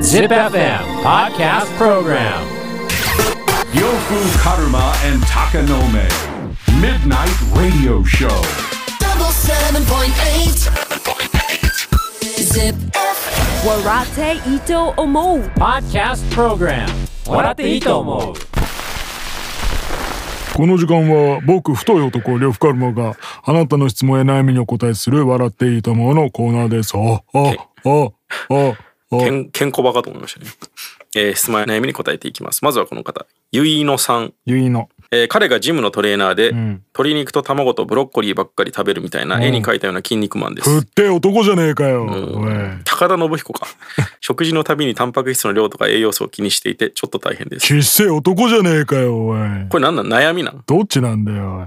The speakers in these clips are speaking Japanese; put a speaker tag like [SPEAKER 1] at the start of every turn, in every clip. [SPEAKER 1] Zip FM Podcast Program
[SPEAKER 2] Yofu Karuma and Takanome. Midnight Radio Show.
[SPEAKER 3] double seven point eight. Zip.
[SPEAKER 4] Warate Ito Omo
[SPEAKER 1] Podcast Program 笑っていいと思う
[SPEAKER 5] この時間は僕太い男呂布カルマがあなたの質問や悩みにお答えする笑っていいと思うのコーナーです。あ、あ、あ、あ、
[SPEAKER 6] け
[SPEAKER 5] あ、
[SPEAKER 6] んけんこばかと思いましたね。えー質問や悩みに答えていきます。まずはこの方、ゆいのさん。
[SPEAKER 5] ゆいの。
[SPEAKER 6] えー彼がジムのトレーナーで、
[SPEAKER 5] ん
[SPEAKER 6] 鶏肉と卵とブロッコリーばっかり食べるみたいな絵に描いたような筋肉マンです。
[SPEAKER 5] ふってえ男じゃねえかよ。おい
[SPEAKER 6] 高田信彦か食事のたびにタンパク質の量とか栄養素を気にしていてちょっと大変です
[SPEAKER 5] きっせえ男じゃねえかよ。おい
[SPEAKER 6] これなんなん悩みなん
[SPEAKER 5] どっちなんだ よ。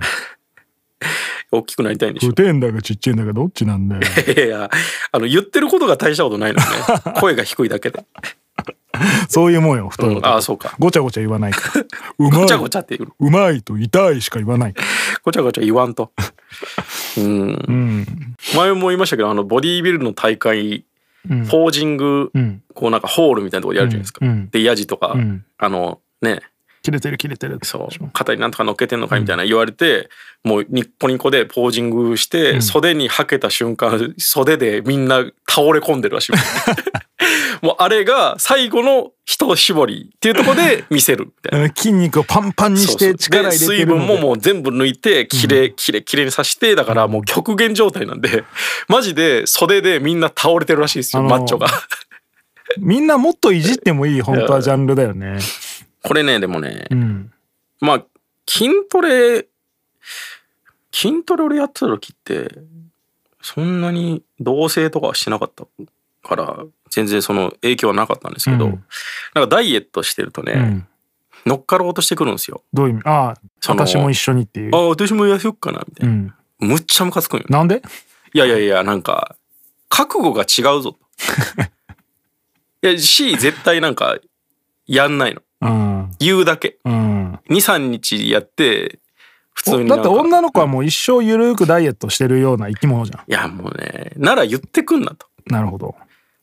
[SPEAKER 6] 大きくなりたいん
[SPEAKER 5] お
[SPEAKER 6] で
[SPEAKER 5] い
[SPEAKER 6] しょ
[SPEAKER 5] ふてえんだかちっちゃいんだかどっちなん だよ。
[SPEAKER 6] いやいやあの言ってることが大したことないのね 声が低いだけで、
[SPEAKER 5] そういうもんよ、太
[SPEAKER 6] う
[SPEAKER 5] い
[SPEAKER 6] ん
[SPEAKER 5] 男。
[SPEAKER 6] ああそうか
[SPEAKER 5] ごちゃごちゃ言わないから。うまい。
[SPEAKER 6] ごちゃごちゃって言う
[SPEAKER 5] うまいと痛いしか言わない。
[SPEAKER 6] ごちゃごちゃ言わんとう
[SPEAKER 5] う
[SPEAKER 6] ん
[SPEAKER 5] ん。
[SPEAKER 6] 前も言いましたけどあのボディービルの大会
[SPEAKER 5] うん
[SPEAKER 6] ポージング、
[SPEAKER 5] うん。
[SPEAKER 6] こうなんかホールみたいなとこやるじゃないですか、
[SPEAKER 5] うんうん
[SPEAKER 6] でヤジとか、
[SPEAKER 5] うん
[SPEAKER 6] あのね
[SPEAKER 5] 切れてる切れてる。
[SPEAKER 6] そう肩になんとか乗っけてんのかみたいな言われて、もうニッコニコでポージングして、袖にはけた瞬間袖でみんな倒れ込んでる らしいもうあれが最後の一絞りっていうところで見せるみたいな。
[SPEAKER 5] うん筋肉をパンパンに
[SPEAKER 6] そ
[SPEAKER 5] し
[SPEAKER 6] うそう
[SPEAKER 5] て
[SPEAKER 6] で
[SPEAKER 5] 力入れて
[SPEAKER 6] 水
[SPEAKER 5] るの
[SPEAKER 6] 分
[SPEAKER 5] で
[SPEAKER 6] ももう全部抜いてキレキレキレにさしてだからもう極限状態なんで マジで袖でみんな倒れてるらしいですよ
[SPEAKER 5] あのー
[SPEAKER 6] マッチョが
[SPEAKER 5] みんなもっといじってもいい本当はジャンルだよね。
[SPEAKER 6] これねでもね
[SPEAKER 5] うん。
[SPEAKER 6] まあ、筋トレ、筋トレ俺やってた時って、そんなに同性とかはしてなかったから、全然その影響はなかったんですけど、
[SPEAKER 5] うん
[SPEAKER 6] なんかダイエットしてるとね、
[SPEAKER 5] うん。
[SPEAKER 6] 乗っかろうとしてくるんですよ。
[SPEAKER 5] どういう意味ああ、
[SPEAKER 6] その
[SPEAKER 5] 私も一緒にっていう
[SPEAKER 6] あ。あ、私も痩せよっかな、みた
[SPEAKER 5] う
[SPEAKER 6] いな。
[SPEAKER 5] ん。
[SPEAKER 6] むっちゃムカつくんよ。
[SPEAKER 5] なんで
[SPEAKER 6] いやいやいや、なんか、覚悟が違 うぞ。いや、C 絶対なんか、やんないの。
[SPEAKER 5] うん。
[SPEAKER 6] 言うだけ。
[SPEAKER 5] うん。
[SPEAKER 6] 2、3日やって、普通に
[SPEAKER 5] だ
[SPEAKER 6] なん
[SPEAKER 5] っ
[SPEAKER 6] か
[SPEAKER 5] て女の子はもう一生ゆるくダイエットしてるような生き物じゃ
[SPEAKER 6] いやもうね、なら言ってくんなと。
[SPEAKER 5] ん。なるほど。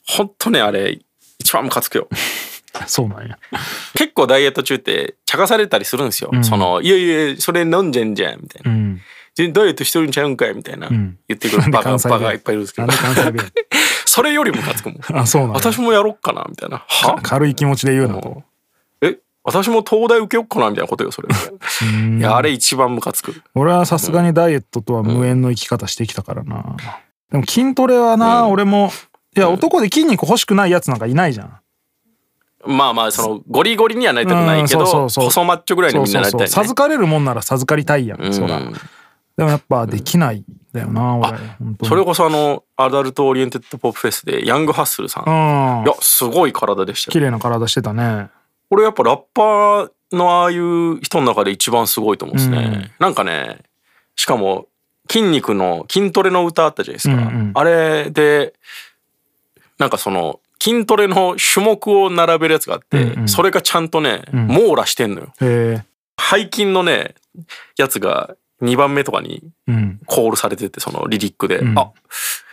[SPEAKER 6] ほんとね、あれ、一番ムカつく よ。
[SPEAKER 5] そうなんや。
[SPEAKER 6] 結構ダイエット中って、茶化されたりするんですよ。
[SPEAKER 5] ん
[SPEAKER 6] その、いやいや、それ飲んじゃんじゃん、みたいうな。
[SPEAKER 5] ん。
[SPEAKER 6] でダイエットしてるんちゃうんかい、みたいな。
[SPEAKER 5] うん
[SPEAKER 6] 言ってくるバ
[SPEAKER 5] 関
[SPEAKER 6] カ、バ
[SPEAKER 5] 西弁
[SPEAKER 6] カがいっぱいいるんですけ
[SPEAKER 5] な
[SPEAKER 6] ど
[SPEAKER 5] んで。関西 弁
[SPEAKER 6] それよりムカつくもん。
[SPEAKER 5] あ、そうなんや。
[SPEAKER 6] 私もやろっかな、みたいな。は
[SPEAKER 5] 軽い気持ちで言うなと。
[SPEAKER 6] え私も東大受けよっかな、みたいなことよ、それ。いや、あれ一番ムカつく。
[SPEAKER 5] 俺はさすがにダイエットとは無縁の生き方してきたからな。でも筋トレはな、俺も、いや、男で筋肉欲しくないやつなんかいないじゃん。
[SPEAKER 6] まあまあ、その、ゴリゴリにはなりたくないけど、
[SPEAKER 5] うんそうそうそう
[SPEAKER 6] 細マッチョぐらいに
[SPEAKER 5] そう
[SPEAKER 6] みんな
[SPEAKER 5] そう
[SPEAKER 6] なりた
[SPEAKER 5] そ。
[SPEAKER 6] いうね。
[SPEAKER 5] 授かれるもんなら授かりたいやん。そら。
[SPEAKER 6] うん
[SPEAKER 5] でもやっぱできないんだよな、俺。本当に
[SPEAKER 6] それこそあの、アダルトオリエンテッドポップフェスで、ヤングハッスルさん。
[SPEAKER 5] うん
[SPEAKER 6] いや、すごい体でした
[SPEAKER 5] 綺
[SPEAKER 6] よ。
[SPEAKER 5] 麗な体してたね。
[SPEAKER 6] 俺やっぱラッパーのああいう人の中で一番すごいと思うんですね。なんかね、しかも筋肉の筋トレの歌あったじゃないですか。
[SPEAKER 5] うんうん
[SPEAKER 6] あれで、なんかその筋トレの種目を並べるやつがあって、
[SPEAKER 5] うんうん
[SPEAKER 6] それがちゃんとね、
[SPEAKER 5] ん
[SPEAKER 6] 網羅してんのよ。
[SPEAKER 5] へ
[SPEAKER 6] 背筋のね、やつが2番目とかに
[SPEAKER 5] え。うん。
[SPEAKER 6] コールされてて、そのリリックで。
[SPEAKER 5] ん
[SPEAKER 6] あ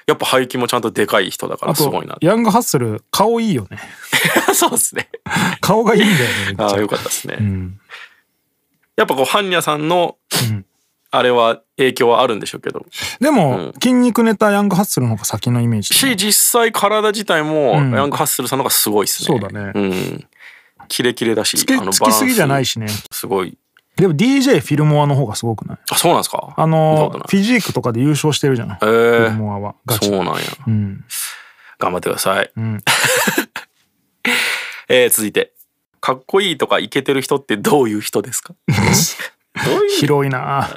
[SPEAKER 6] やっぱ背筋もちゃんとでかい人だか
[SPEAKER 5] あ
[SPEAKER 6] らす
[SPEAKER 5] と
[SPEAKER 6] ごいなって。
[SPEAKER 5] ヤングハッスル顔いいよね。
[SPEAKER 6] そうですね。
[SPEAKER 5] 顔がいいんだよね。めっ
[SPEAKER 6] あ
[SPEAKER 5] ち
[SPEAKER 6] あ、
[SPEAKER 5] ゃ
[SPEAKER 6] よかったですね。
[SPEAKER 5] うん。
[SPEAKER 6] やっぱこう、ハンニャさんの
[SPEAKER 5] うん、
[SPEAKER 6] あれは、影響はあるんでしょうけど。
[SPEAKER 5] で
[SPEAKER 6] うん
[SPEAKER 5] も筋肉ネタヤングハッスルの方が先のイメージ。
[SPEAKER 6] し、実際体自体も、
[SPEAKER 5] うん
[SPEAKER 6] ヤングハッスルさんの方がすごいですね。
[SPEAKER 5] そうだね
[SPEAKER 6] うん。キレキレだし、
[SPEAKER 5] つけつきすぎじゃない。しね。
[SPEAKER 6] すごい。
[SPEAKER 5] でも DJ フィルモアの方がすごくない。
[SPEAKER 6] あ、そうなんですか
[SPEAKER 5] あ
[SPEAKER 6] 見た
[SPEAKER 5] の
[SPEAKER 6] ことない
[SPEAKER 5] フィジークとかで優勝してるじゃない。フ
[SPEAKER 6] へえ
[SPEAKER 5] ィルモアはガチ
[SPEAKER 6] そ
[SPEAKER 5] で。
[SPEAKER 6] うなんや。
[SPEAKER 5] うん。
[SPEAKER 6] 頑張ってください。
[SPEAKER 5] うん。
[SPEAKER 6] えー、続いて。かっこいいとかイケてる人ってどういう人で すかどういうい
[SPEAKER 5] 広いな。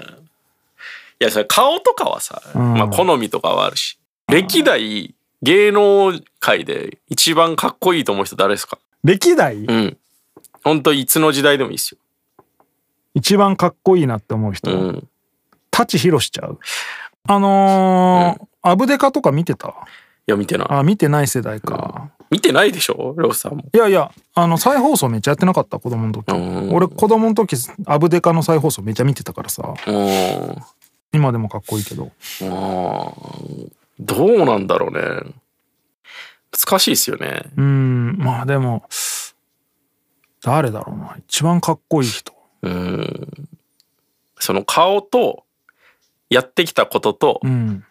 [SPEAKER 6] や、それ顔とかはさ、
[SPEAKER 5] うん
[SPEAKER 6] まあ好みとかはあるし。歴代芸能界で一番かっこいいと思う人誰ですか
[SPEAKER 5] 歴代
[SPEAKER 6] うん。本当いつの時代でもいいですよ。
[SPEAKER 5] 一番かっこいいなって思う人。
[SPEAKER 6] うん。
[SPEAKER 5] 舘ひろしちゃうあのーアブデカとか見てた
[SPEAKER 6] いや、見てない。
[SPEAKER 5] あ見てない世代か、
[SPEAKER 6] 見てないでしょロスさんも。
[SPEAKER 5] いやいやあの再放送めっちゃやってなかった子供の時、
[SPEAKER 6] うん
[SPEAKER 5] 俺子供の時アブデカの再放送めっちゃ見てたからさ
[SPEAKER 6] うーん。う
[SPEAKER 5] 今でもかっこいいけど
[SPEAKER 6] ーんどうなんだろうね。難しいですよね。
[SPEAKER 5] うんまあでも誰だろうな一番かっこいい人
[SPEAKER 6] うん。その顔と、やってきたことと
[SPEAKER 5] う、ん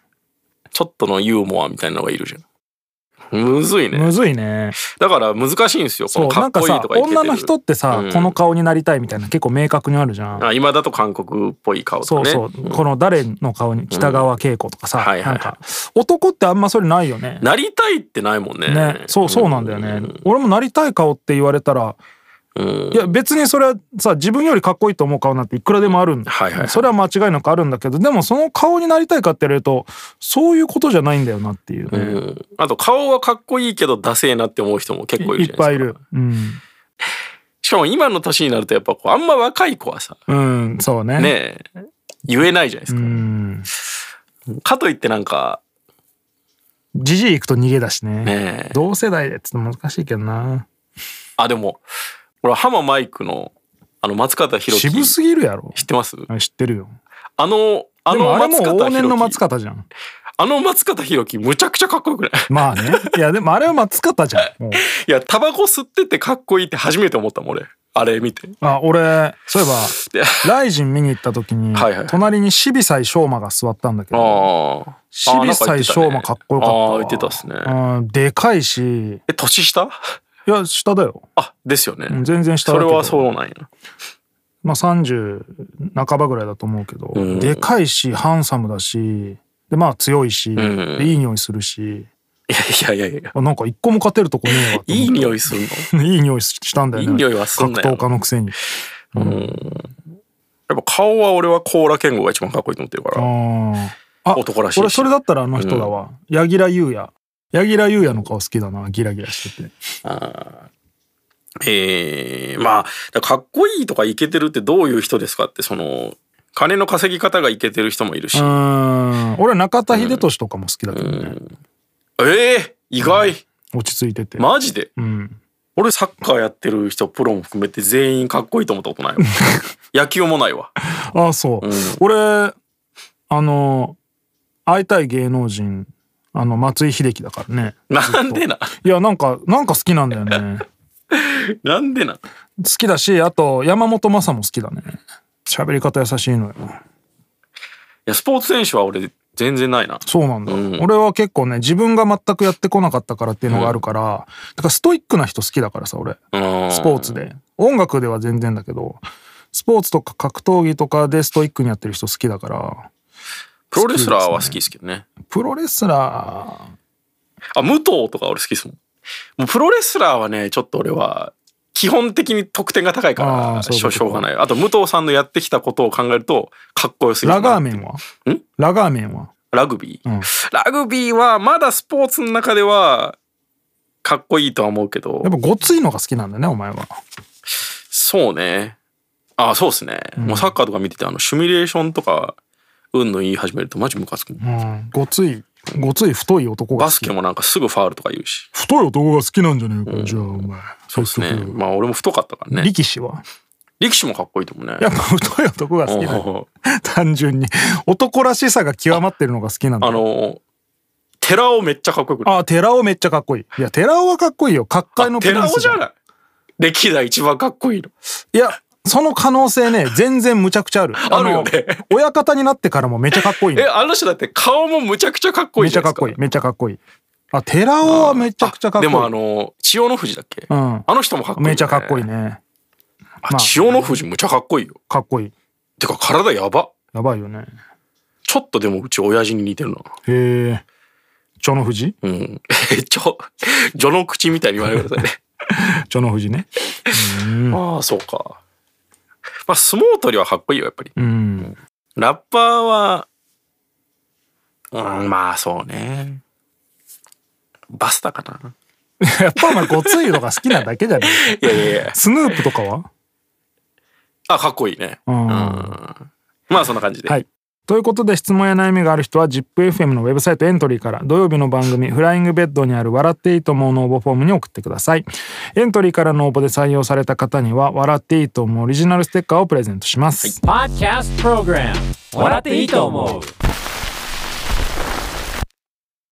[SPEAKER 6] ちょっとのユーモアみたいなのがいるじゃん。むずいね
[SPEAKER 5] む。ずいね
[SPEAKER 6] だから難しいんですよ。こ
[SPEAKER 5] そ
[SPEAKER 6] の
[SPEAKER 5] う
[SPEAKER 6] か
[SPEAKER 5] な
[SPEAKER 6] っ
[SPEAKER 5] んか
[SPEAKER 6] こいい
[SPEAKER 5] さ
[SPEAKER 6] とか言って
[SPEAKER 5] 女の人ってさ、
[SPEAKER 6] うん
[SPEAKER 5] この顔になりたいみたいな結構明確にあるじゃん
[SPEAKER 6] あ今だと韓国っぽい顔
[SPEAKER 5] そ
[SPEAKER 6] と
[SPEAKER 5] う
[SPEAKER 6] かね。
[SPEAKER 5] そう、この誰の顔に北川景子とかさ、
[SPEAKER 6] うんはいはいはい
[SPEAKER 5] なんか男ってあんまそれないよね
[SPEAKER 6] なりたいってないもんね。
[SPEAKER 5] ね、そうそうなんだよね、俺もなりたい顔って言われたら
[SPEAKER 6] うん。
[SPEAKER 5] いや別にそれはさ自分よりかっこいいと思う顔なんていくらでもあるんだ、
[SPEAKER 6] はいはいはい
[SPEAKER 5] それは間違いなくあるんだけどでもその顔になりたいかって言われるとそういうことじゃないんだよなっていう
[SPEAKER 6] う
[SPEAKER 5] ね、
[SPEAKER 6] んあと顔はかっこいいけどダセえなって思う人も結構
[SPEAKER 5] い
[SPEAKER 6] いる
[SPEAKER 5] っ
[SPEAKER 6] じゃな
[SPEAKER 5] ぱ
[SPEAKER 6] い
[SPEAKER 5] い
[SPEAKER 6] で
[SPEAKER 5] い
[SPEAKER 6] すか。
[SPEAKER 5] るうん、
[SPEAKER 6] しかも今の年になるとやっぱこうあんま若い子はさ、
[SPEAKER 5] うん、そうね
[SPEAKER 6] ねえ、言えないじゃないです
[SPEAKER 5] う
[SPEAKER 6] か。
[SPEAKER 5] ん
[SPEAKER 6] かといってなんか、
[SPEAKER 5] じじい行くと逃げだしね
[SPEAKER 6] ねえ、
[SPEAKER 5] 同世代でっつって難しいけどな
[SPEAKER 6] あ、でも、俺はハママイクのあの松方弘樹
[SPEAKER 5] 渋すぎるやろ
[SPEAKER 6] 知ってます
[SPEAKER 5] あれ知ってるよ
[SPEAKER 6] あの、あ
[SPEAKER 5] で
[SPEAKER 6] の
[SPEAKER 5] もあれも
[SPEAKER 6] 松
[SPEAKER 5] う
[SPEAKER 6] 方
[SPEAKER 5] 往年の
[SPEAKER 6] 弘
[SPEAKER 5] 松
[SPEAKER 6] 樹。
[SPEAKER 5] 方じゃん
[SPEAKER 6] あの松方弘樹むちゃくちゃかっこよくない
[SPEAKER 5] まあねいやでもあれは松方じゃんもう
[SPEAKER 6] いや、タバコ吸っててかっこいいって初めて思ったもん俺。あれ見て。
[SPEAKER 5] あ俺そういえば
[SPEAKER 6] で
[SPEAKER 5] ライジン見に行った時に
[SPEAKER 6] はいはい
[SPEAKER 5] 隣に渋西翔馬が座ったんだけど
[SPEAKER 6] ああ。
[SPEAKER 5] 渋西翔馬かっこよかった
[SPEAKER 6] あ
[SPEAKER 5] わ
[SPEAKER 6] あ、言ってたっすね。
[SPEAKER 5] うんでかいし
[SPEAKER 6] え、年下
[SPEAKER 5] いや下だよ
[SPEAKER 6] あ、ですよね。
[SPEAKER 5] うん全然下だ
[SPEAKER 6] そ
[SPEAKER 5] け
[SPEAKER 6] れ
[SPEAKER 5] ど
[SPEAKER 6] はそうなんや。
[SPEAKER 5] まあ30半ばぐらいだと思うけど
[SPEAKER 6] うん
[SPEAKER 5] でかいしハンサムだしでまあ強いし
[SPEAKER 6] ん
[SPEAKER 5] でいい匂いするし
[SPEAKER 6] いやいやいやいや。
[SPEAKER 5] あなんか一個も勝てるとこねえわと思って
[SPEAKER 6] いい匂いす る
[SPEAKER 5] いい匂いしたんだよね
[SPEAKER 6] いい匂いはすんな
[SPEAKER 5] 格
[SPEAKER 6] よ
[SPEAKER 5] 闘家のくせに
[SPEAKER 6] の。うん。やっぱ顔は俺は甲羅健吾が一番かっこいいと思ってるから。
[SPEAKER 5] ああ
[SPEAKER 6] 男らしいし。
[SPEAKER 5] 俺それだったらあの人だわ柳楽優弥柳楽優弥の顔好きだなギラギラしてて
[SPEAKER 6] ええまあ、だからかっこいいとかイケてるってどういう人ですかって、その、金の稼ぎ方がイケてる人もいるし
[SPEAKER 5] う。ん俺は中田秀俊とかも好きだけどね
[SPEAKER 6] ええ意外、
[SPEAKER 5] 落ち着いてて
[SPEAKER 6] マジで
[SPEAKER 5] うん
[SPEAKER 6] 俺サッカーやってる人、プロも含めて全員かっこいいと思ったこ とないわ。野球もないわ。
[SPEAKER 5] ああそう俺あの会いたい芸能人あの松井秀喜だからね
[SPEAKER 6] なんでない
[SPEAKER 5] やなんかなんか好きなんだよね
[SPEAKER 6] なんでな
[SPEAKER 5] 好きだしあと山本昌も好きだね喋り方優しいのよ
[SPEAKER 6] いや、スポーツ選手は俺、全然ないな。
[SPEAKER 5] そうなんだ、
[SPEAKER 6] うん
[SPEAKER 5] 俺は結構ね自分が全くやってこなかったからっていうのがあるから、だからストイックな人好きだからさ俺ス
[SPEAKER 6] ス
[SPEAKER 5] ポーツ。で音楽では全然だけどスポーツとか格闘技とかでストイックにやってる人好きだから
[SPEAKER 6] プロレスラーは好きですけどね。
[SPEAKER 5] プロレスラ
[SPEAKER 6] あ、武藤とか俺好きですもん。もうプロレスラーはね、ちょっと俺は、基本的に得点が高いか
[SPEAKER 5] あ
[SPEAKER 6] ら、
[SPEAKER 5] ー
[SPEAKER 6] し
[SPEAKER 5] そういうこと
[SPEAKER 6] ょしょうがない。あと、武藤さんのやってきたことを考えると、かっこよす
[SPEAKER 5] ー
[SPEAKER 6] ぎる
[SPEAKER 5] ラ
[SPEAKER 6] な
[SPEAKER 5] ガーメンは
[SPEAKER 6] ん
[SPEAKER 5] ラガーメンは
[SPEAKER 6] ラグビー、
[SPEAKER 5] うん
[SPEAKER 6] ラグビーは、まだスポーツの中では、かっこいいとは思うけど
[SPEAKER 5] やっ、ぱごついのが好きなんだねお前は
[SPEAKER 6] そうね。あ、そうですね。もうサッカーとか見てて、あの、シミュレーションとか、うんの言い始めると、マジムカつくもん。
[SPEAKER 5] うんごついごつい太い男が
[SPEAKER 6] バ
[SPEAKER 5] 好
[SPEAKER 6] ス
[SPEAKER 5] き
[SPEAKER 6] ケもなんかすぐファールとか言うし。
[SPEAKER 7] 太い男が好きなんじゃねえか、じゃあお前
[SPEAKER 6] そうですね。
[SPEAKER 7] 結局
[SPEAKER 6] まあ俺も太かったからね。
[SPEAKER 5] 力士は
[SPEAKER 6] 力士もかっこいいと思うね。
[SPEAKER 5] やっぱ太い男が好きだよ
[SPEAKER 6] おー
[SPEAKER 5] 単純に男らしさが極まってるのが好きなんだ
[SPEAKER 6] あの、寺尾めっちゃかっこよくない
[SPEAKER 5] あ、寺尾めっちゃかっこいい。いや、寺尾はかっこいいよ。各界の
[SPEAKER 6] あ寺尾じゃ
[SPEAKER 5] い
[SPEAKER 6] ない歴代一番かっこいいの。
[SPEAKER 5] いや、その可能性 ね、全然むちゃくちゃある。
[SPEAKER 6] あるよね
[SPEAKER 5] あの親方になってからもめちゃかっこいいの
[SPEAKER 6] え、。あの人だって顔もむちゃくちゃかっこい
[SPEAKER 5] め
[SPEAKER 6] い
[SPEAKER 5] ち
[SPEAKER 6] じゃ
[SPEAKER 5] ゃ
[SPEAKER 6] な
[SPEAKER 5] かっ
[SPEAKER 6] いで
[SPEAKER 5] こ
[SPEAKER 6] すか。
[SPEAKER 5] いい。めちゃかっこいい。あ、寺尾はめちゃくちゃかっこいい。
[SPEAKER 6] でもあの、千代の富士だっけ、
[SPEAKER 5] うん
[SPEAKER 6] あの人もかっこいい、
[SPEAKER 5] めちゃかっこいい。ね。
[SPEAKER 6] あ、千代の富士むちゃかっこいいよ。
[SPEAKER 5] かっこいい。
[SPEAKER 6] てか体やば。
[SPEAKER 5] やばいよね。
[SPEAKER 6] ちょっとでもうち親父に似てるな。
[SPEAKER 5] へえ。蝶の富士
[SPEAKER 6] うん。 え、ちょ、序の口みたいに言われてくださいね。
[SPEAKER 5] 蝶の富士ね。
[SPEAKER 6] ああ、そうか。まあ、相撲取りはかっこいいよ、やっぱり。
[SPEAKER 5] うん。
[SPEAKER 6] ラッパーは、うん、まあそうね。バスタかな。
[SPEAKER 5] やっぱお前ごついのが好きなだけじゃない
[SPEAKER 6] いやいやいや。
[SPEAKER 5] スヌープとかは
[SPEAKER 6] あ、かっこいいね。
[SPEAKER 5] うん
[SPEAKER 6] まあそんな感じで。
[SPEAKER 5] はい。ということで質問や悩みがある人は ZIPFM のウェブサイトエントリーから土曜日の番組「フライングベッド」にある「笑っていいと思う」の応募フォームに送ってくださいエントリーからの応募で採用された方には「笑っていいと思う」オリジナルステッカーをプレゼントします、
[SPEAKER 1] Podcast Program 笑っていいと思う